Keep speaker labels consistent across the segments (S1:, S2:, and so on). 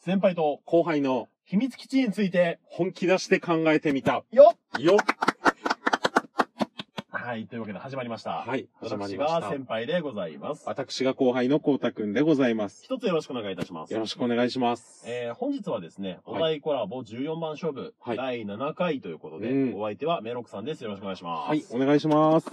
S1: 先輩と
S2: 後輩の
S1: 秘密基地について、
S2: 本気出して考えてみた。
S1: よ
S2: よっ
S1: はい、というわけで始まりました。
S2: はい、始まり
S1: 私
S2: まし
S1: が
S2: た。
S1: 先輩でございます。
S2: 私が後輩のこうたくんでございます。
S1: 一つよろしくお願いいたします。
S2: よろしくお願いします。
S1: えー、本日はですね、
S2: はい
S1: お題コラボ14番勝負、
S2: はい
S1: 第7回ということで、
S2: うん
S1: お相手はメロクさんです。よろしくお願いします。
S2: はい、お願いします。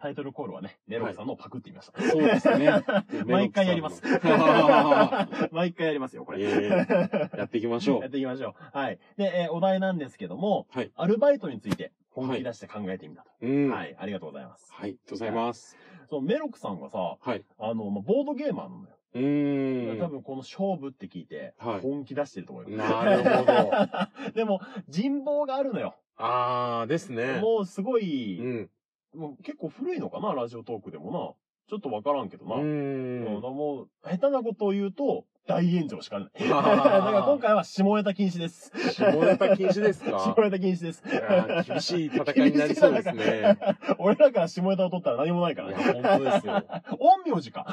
S1: タイトルコールはね、メロクさんのパクって言いました。
S2: そうですね。
S1: 毎回やります
S2: メロクさんの
S1: 毎回やりますよ、こ
S2: い
S1: れ。
S2: えい えやっていきましょ
S1: やっていきましょう。はい。で、えーお題なんですけども、
S2: はい
S1: アルバイトについて
S2: う。
S1: 聞
S2: は
S1: き
S2: い。
S1: 出して考えてみたと。
S2: うん。
S1: は
S2: はい。
S1: い。ありがとうございます。
S2: ありがとうございます。
S1: そのメロクさんがさ、
S2: はい。
S1: あの、まあ、ボードゲーマーなのよ。
S2: うーん。
S1: 多分この勝負って聞いて、
S2: はい
S1: 本気出してると思います。
S2: なるほど。
S1: でも、人望があるのよ。
S2: あー、ですね。
S1: もうすご
S2: う
S1: い、
S2: ん。
S1: もう結構古いのかな、ラジオトークでもな。ちょっとわからんけどな。
S2: う
S1: うん
S2: ん。
S1: もう、下手なことを言うと、大炎上しかない。 だから今
S2: あ
S1: 回は下ネタ禁止です。
S2: ー 下ネタ禁止です
S1: 下
S2: か
S1: ネタ禁止です
S2: い。やー厳しい戦いになりそうですね。
S1: 俺らから下ネタを取ったら何もない
S2: い
S1: から
S2: や、
S1: ね。
S2: 本当ですよ。
S1: 陰陽師か。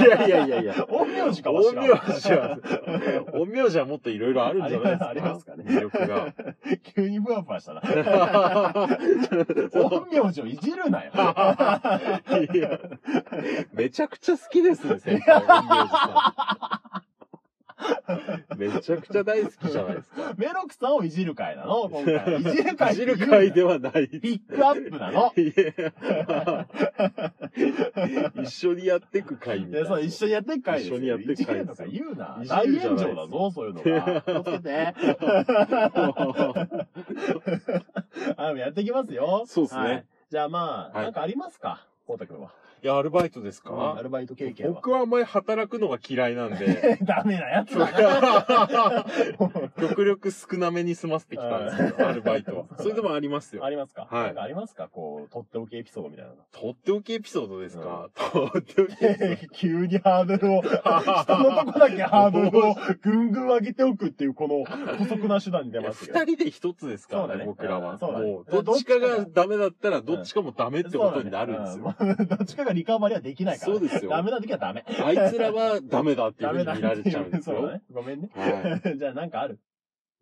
S2: いやいやいやいや。
S1: 陰陽師かは知らん
S2: 陰陽師は、陰陽師はもっといろいろあるんじゃないです か。
S1: ありますかね
S2: 魅力が。
S1: 急にふわふわした な。陰陽師をいじるな よ。
S2: いやめちゃくちゃ好きですね、先輩。陰陽師さん。めちゃくちゃ大好きじゃないですか。
S1: メロクさんをいじる会なの今 回。いじる会
S2: いじる会で
S1: は。
S2: はない。い
S1: ピックアップなの。
S2: や一緒にやってく会み
S1: い
S2: たい
S1: や、
S2: な。
S1: そう、一緒にやってっかいですよ。
S2: 一緒にやってっかいですよ
S1: いじるとか言うな。
S2: いじ
S1: 大
S2: るじゃない
S1: 炎上だぞ、そういうのが。気をつけて。あ、でもやっていきますよ。
S2: そうですね
S1: はいじゃあまあ、
S2: はい
S1: なんかありますかこうたくんは。
S2: いや、アルバイトです
S1: ア
S2: か
S1: ルバイト経験は。
S2: 僕はあんまり働くのが嫌いなんで、
S1: ダメなやつだ。
S2: 極力少なめに済ませてきたんですけど、アルバイトは。それでもありますよ
S1: あ。りますか
S2: はい
S1: なんかありますかこう、とっておきエピソードみたい なの。
S2: とっておきエピソードですか、とっておきエピソード。
S1: 急にハードルを、人 のとこだけハード ルをぐんぐん上げておくっていう、この、姑息な手段に出ますけど
S2: 二。人で一つです
S1: そ
S2: から
S1: う
S2: ね、
S1: だね
S2: 僕らは。
S1: そうだね
S2: もう、どっちか
S1: どっ
S2: が
S1: ち
S2: ダメだったら、どっちかもダメってことになるんですよ。
S1: そうだねうんどっちかがリカバリーはできないから
S2: そ
S1: ね。
S2: うですよ。
S1: ダメな時はダメ。
S2: あいつらはダメだっていう
S1: ダメ
S2: ふうに
S1: だ
S2: 見られちゃうんです
S1: そだ
S2: よ。
S1: ね。ごめんね。
S2: はい。
S1: じゃあなんかある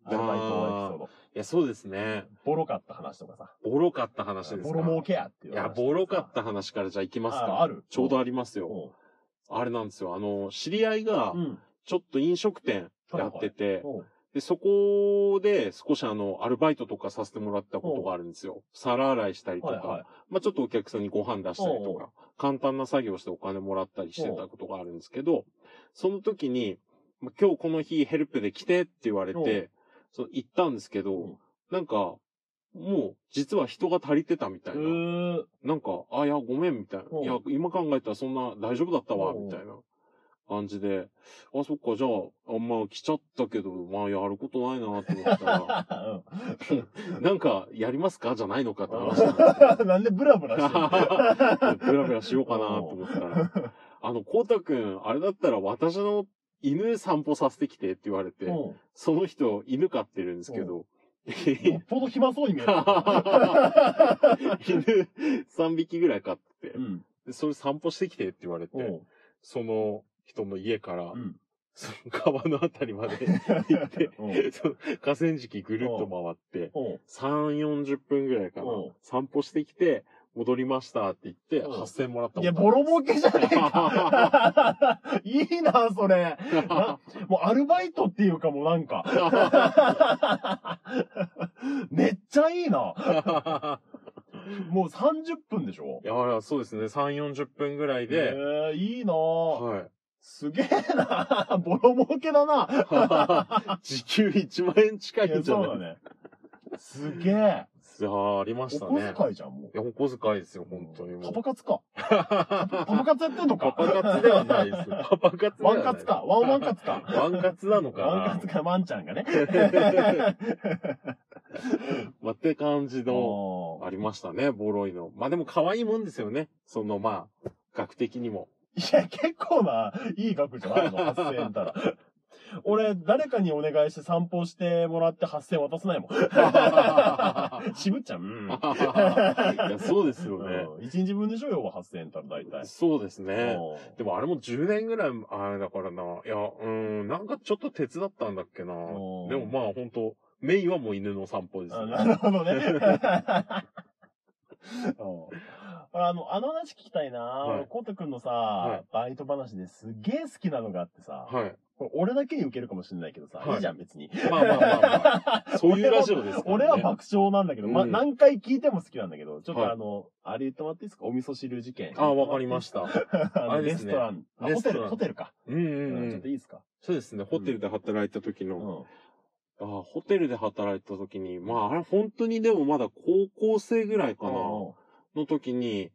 S1: ア
S2: あー
S1: ルバイトエピソード。
S2: いや、そうですね。
S1: ボロかった話とかさ。
S2: ボロかった話ですか
S1: ボロ儲けやってい。
S2: いうや、ボロかっ。た話からじゃあ行きます
S1: あ
S2: か。
S1: ある
S2: ちょうどありますよ。
S1: おう
S2: あれなんですよ。あの、知り合いが
S1: う、ん。
S2: ちょっと飲食店やってて、
S1: おう
S2: で、そこで少しあの、アルバイトとかさせてもらったことがあるんですよ。皿洗いしたりと
S1: はいは
S2: か
S1: い、。
S2: まあちょっとお客さんにご飯出したり
S1: お
S2: と
S1: うおう
S2: か、簡単な作業してお金もらったりしてたことがあるんですけど、その時に、まあ今日この日ヘルプで来てって言われ
S1: お
S2: て
S1: う、
S2: そう行ったんですけ
S1: うん
S2: ど、なんか、もう実は人が足りてたみたいな。
S1: うー
S2: なんか、あ、いや、ごめん、みたいな。
S1: うん
S2: いや、今考えたらそんな大丈夫だったわ、
S1: うん
S2: みたいな感じで。あ、そっか、じゃあ、あんま来ちゃったけど、まあ、やることないな、と思った ら、 なんか、やりますかじゃないのかって話なんです
S1: うんなんでブラブラしてるの
S2: けど。ブラブラしようかな、と思った ら。あの、こうたくん、あれだったら私の犬散歩させてきてって言われ て、
S1: うん
S2: その人、犬飼ってるんですけど、
S1: よっぽど暇そうに見 える。
S2: 犬3匹ぐらい飼ってて
S1: う、ん。
S2: でそれ散歩してきてって言われて、
S1: おう
S2: その人の家から、
S1: うん
S2: その川のあたりまで行って、
S1: おう
S2: その河川敷ぐるっと回って、
S1: おう
S2: 3、40分ぐらいかな
S1: おう。
S2: 散歩してきて、戻りましたって言って、
S1: おう
S2: 8000円もらった
S1: いや、ボロ
S2: ボ
S1: 儲 けじゃねえか。いいな、それ。なもうアルバイトっていうかもうなんか。 めっちゃいいな。もう30分でしょ
S2: いやいや、そうですね。3、40分ぐらいで、
S1: えー、いいな
S2: は
S1: すげえな ボロ儲けだな。
S2: い。 時給1万円近
S1: い
S2: いん
S1: や
S2: じゃ
S1: そうだ
S2: ない
S1: ね。すげえ。
S2: いやーありま
S1: お
S2: した
S1: 小
S2: ね。
S1: 遣いじゃん、もう
S2: い。や、お小遣いですよ、本当にも
S1: パ
S2: う。
S1: パ活か。パパ活やってんの
S2: パ
S1: か。
S2: パ活ではないです。パパ活で は
S1: ワ
S2: ない
S1: ンカツか。ワンワンカツか。
S2: ワンカツなのかな
S1: ワンカツか、ワンちゃんが ね。
S2: まあ、って感じの、
S1: おー
S2: あり ましたね、ボロいの。まあでも可愛いもんですよね。そのま あ、学的にも。
S1: いや、結構な、いい額じゃないの、8000円たら。俺、誰かにお願いして散歩してもらって8000渡せないも ん。渋っちゃう。うん。
S2: いや、そうですよね。
S1: うん一日分でしょ要は8000円たら大体。
S2: そうですね。
S1: うん
S2: でもあれも10年ぐらい前だからな。いや、うん、なんかちょっと手伝ったんだっけな。で
S1: お
S2: も
S1: ー
S2: まあ本当メインはもう犬の散歩です
S1: あ
S2: ね。
S1: なるほど ね。うん俺あの、あの話聞きたいな、
S2: はい
S1: コント君のさ、
S2: はい
S1: バイト話ですげえ好きなのがあってさ、
S2: はい。
S1: これ俺だけに受けるかもしれないけどさ、
S2: はい
S1: い、いじゃん、別に。
S2: まあまあまあまあ。そういうラジオですから
S1: 俺
S2: ね
S1: は爆笑なんだけど、まあ、
S2: うん
S1: 何回聞いても好きなんだけど、ちょっ
S2: はい
S1: とあの、あれ言ってもらっていいですかお味噌汁事件。
S2: あ、わかりました。
S1: た。あ
S2: あ
S1: の
S2: れで
S1: レ
S2: す
S1: ス
S2: ね
S1: トラン、あ
S2: レ
S1: ホ
S2: スト
S1: テ
S2: ラン
S1: ル、ホテルか。
S2: うん
S1: う
S2: うん
S1: ん、
S2: う
S1: ちょっ
S2: ん
S1: と。いいですか
S2: そうですね。ホテルで働いた時の、
S1: うん。
S2: あホテルで働いた時に、まああれ本当にでもまだ高校生ぐらいかな、の時に、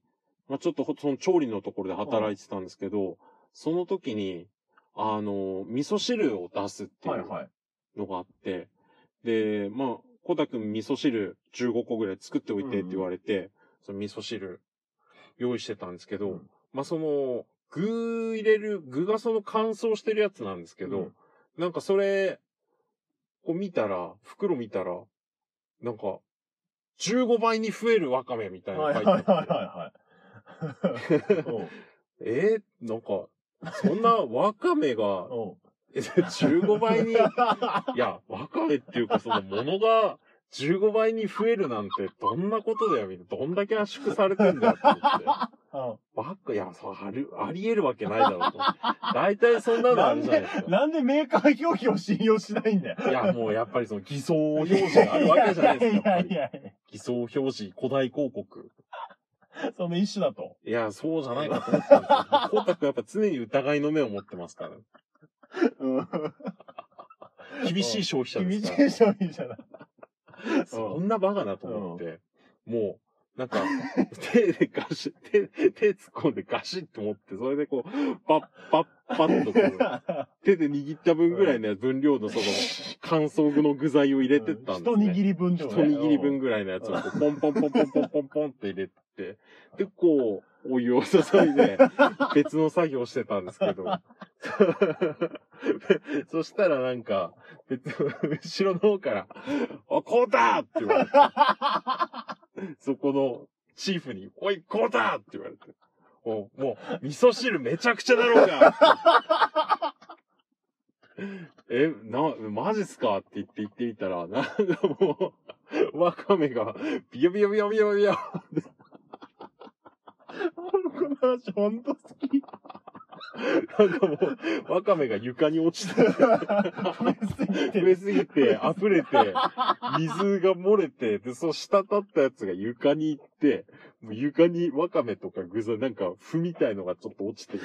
S2: まあちょっとほその調理のところで働いてたんですけど、その時に、あの、味噌汁を出すってい
S1: はいうはい。
S2: のがあって、で、まあ、コタ君味噌汁15個ぐらい作っておいてって言われて、その味噌汁用意してたんですけど、
S1: うん
S2: まあその、具入れる、具がその乾燥してるやつなんですけど、
S1: うん
S2: なんかそれ、こう見たら、袋見たら、なんか、15倍に増えるわかめみたいなの
S1: はいは
S2: 書
S1: いは
S2: い
S1: い
S2: てあっ
S1: はいは
S2: て
S1: い。うん
S2: えーなんか、そんなわかめが、
S1: うん
S2: え15倍 に、いや、わかめっていうかそのものが15倍に増えるなんてどんなことだよ、みたいな。どんだけ圧縮されてんだよって思って。
S1: うん
S2: わか、いや、そうある、あり得るわけないだろうと。大体そんなのあるじ ゃないですか。
S1: なんでメーカー表記を信用しないんだよ。
S2: いや、もうやっぱりその偽装表示があるわけじゃないですか。やっぱ
S1: い
S2: り
S1: やいやい
S2: 偽装表示、古代広告。
S1: やその一種だと。
S2: いや、そうじゃないかと思ったんですけど、光沢やっぱ常に疑いの目を持ってますから。厳しい消費者
S1: 厳
S2: で
S1: し
S2: すから。
S1: い商品じゃない。
S2: そんなバカなと思って、もう、なんか、 手でガシッ、手、手突っ込んでガシッと持って、それでこう、パッパッパッとこう、 手で握った分ぐらいの分量の その、乾燥具の具材を入れてったんです、ね。
S1: 一握り分って
S2: 一
S1: ことね
S2: 握り分ぐらいのやつをこうポンポンポンポンポンポンポンって入れ て、で、こう、お湯を注い で、別の作業してたんですけど。 そしたらなんか、別の、後ろの方から、お、こうだって言われて、そこのチーフに、おい、こうだって言われて、おもう、味噌汁めちゃくちゃだろうがえ、な、マジっすかって言って言ってみたら、なんかもう、 ワカメが、ビヨビヨビヨビヨビヨ。
S1: この話ほんと好 き。
S2: なんかもう、ワカメが床に落ちて、
S1: 増えすぎて
S2: 増
S1: る。
S2: えすぎて、溢れて、水が漏れて、で、その滴ったやつが床に行って、もう床にワカメとか具材、なんか、ふみたいのがちょっと落ちてる。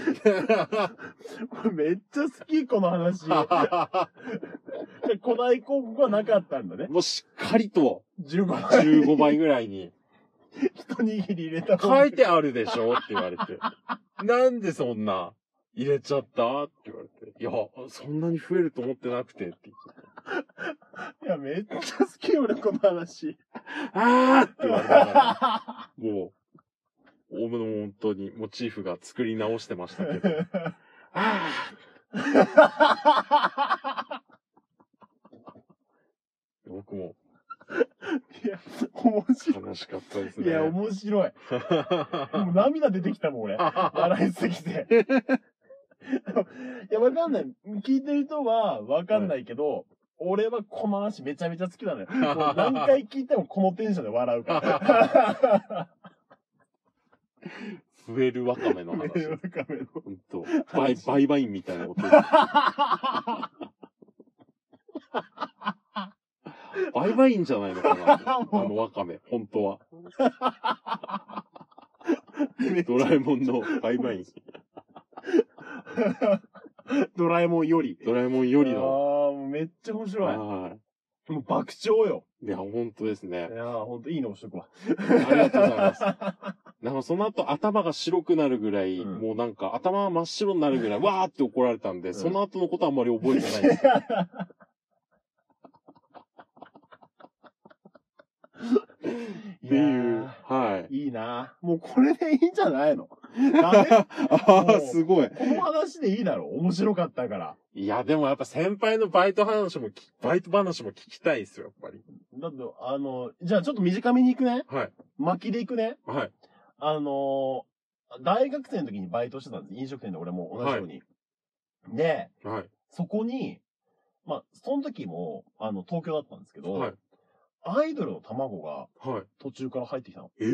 S1: これめっちゃ好き、この話。で古代広告はなかったんだね。
S2: もうしっかりと、
S1: 15万。
S2: 15倍ぐらいに。
S1: 一握り入れた
S2: 書いてあるでしょって言われて。なんでそんな入れちゃったって言われて。いや、そんなに増えると思ってなくてって言って。
S1: いや、めっちゃ好き、俺、この話。
S2: あーって言われたから、もう、おもう本当に、モチーフが作り直してましたけ ど。あー僕も
S1: いや、面白
S2: 悲しかったです
S1: い。
S2: ね。
S1: いや、面白い。もう涙出てきたもん、俺。笑いすぎて。いや、わかんない。聞いてる人はわかんないけど、俺はこの話めちゃめちゃ好きなのよ。もう何回聞いてもこのテンションで笑うから。
S2: 増えるワカメの話。
S1: カメの
S2: 本当バイ、バイバインみたいなこと。バイバインじゃないの かなあのワカメ、本当は。ドラえもんのバイバイン。
S1: ドラえもんより。
S2: ドラえもんより
S1: ああ
S2: の。
S1: ー、もうめっちゃ面白い。も
S2: は
S1: う爆笑よ。
S2: い。いや、本当です
S1: い
S2: ね。
S1: やー、ほんといいの押しとくわ。
S2: ありがとうござい ます。なんかその後頭が白くなるぐらい、
S1: うん
S2: もうなんか頭が真っ白になるぐらい、わーって怒られたんで、
S1: うん
S2: その後のことはあんまり覚えてないです。っていう。はい。
S1: いいな。もうこれでいいんじゃないのダメ
S2: あ あ、すごい。
S1: この話でいいだろ面白かったから。
S2: いや、でもやっぱ先輩のバイト話もき、バイト話も聞きたいですよ、やっぱり。
S1: だって、あの、じゃあちょっと短めに行くね。
S2: はい。
S1: 巻きで行くね。
S2: はい。
S1: あのー大学生の時にバイトしてたんです。飲食店で俺も同じように。で、
S2: はい。
S1: そこに、まあ、その時も、あの、東京だったんですけど、
S2: はい。
S1: アイドルの卵が
S2: はい。
S1: 途中から入ってきたの。
S2: ええ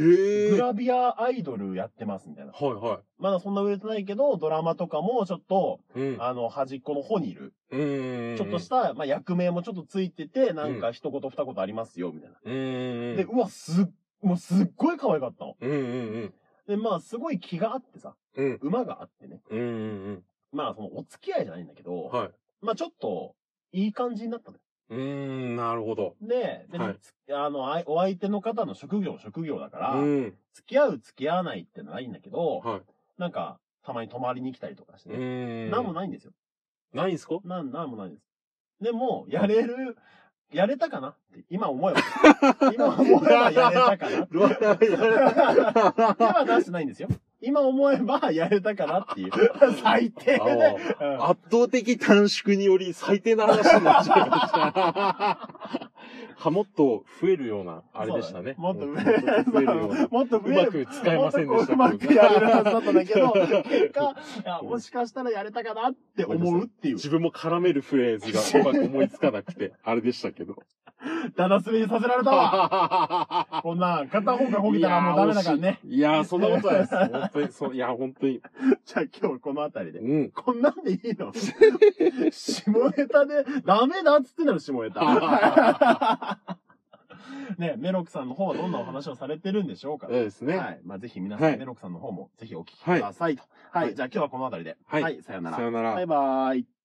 S1: グ
S2: ー。は
S1: ラビアアイドルやってますみたいな。
S2: いは
S1: まだそんな売れてないけど、ドラマとかもちょっと、
S2: い。うん。
S1: あの、端っこの方にいる。
S2: うーん。
S1: ちょっとした、まあ、役名もちょっとついてて、なんか一言二言ありますよ、みたいな。
S2: うーん。
S1: で、うわ、すっ、もうすっごい可愛かったの。
S2: うんうん
S1: で、まあ、すごい気があってさ、
S2: うん
S1: 馬があってね。
S2: うん。うんうん
S1: まあ、その、お付き合いじゃないんだけど、
S2: うん。はい。
S1: まあ、ちょっと、いい感じになったの。
S2: うーん、なるほど。
S1: で、で
S2: はい
S1: つあの、あいお相手の方の職業、職業だから、
S2: うん。
S1: 付き合う、付き合わないってのはないんだけど、
S2: はい。
S1: なんか、たまに泊まりに来たりとかしてね。
S2: うーん。
S1: なんも
S2: い。
S1: ないんですよ。
S2: ないんすか
S1: なん、なんもないです。でも、やれる、やれたかなって、今思 えば。今思えばやれたかな。
S2: どうやれ
S1: 今は出してないんですよ。今思えばやれたかな っていう。最低で、
S2: あ
S1: うん
S2: 圧倒的短縮により最低な話になっちゃいました。はもっと増えるような、あれでしたね。
S1: そうだ もっと
S2: もっと増える ような。
S1: もっと
S2: う
S1: 増え
S2: ま
S1: る。
S2: く使えませんでした。
S1: うまくやれるはずだったんだけど、結果、いやもしかしたらやれたかなって思うっていう。
S2: 自分も絡めるフレーズがうまく思いつかなくて、あれでしたけど。
S1: だだ滑りさせられたわ。こんなん、片方がこけたらもうダメだからね。
S2: いやー、そんなことないです。本当に、そう、いや、本当に。
S1: じゃあ今日この辺りで。
S2: うん。
S1: こんなんでいいの下ネタで、ダメだっつってんだろ、下ネタ。ね、メロクさんの方はどんなお話をされてるんでしょうか
S2: そうですね。
S1: はい。まあ、ぜひ皆さん、
S2: はい
S1: メロクさんの方もぜひお聞きくださいと。はい。
S2: はい
S1: じゃあ今日はこの辺りで。
S2: はい
S1: はい。さよなら
S2: さ。よなら
S1: バイ。バーイ。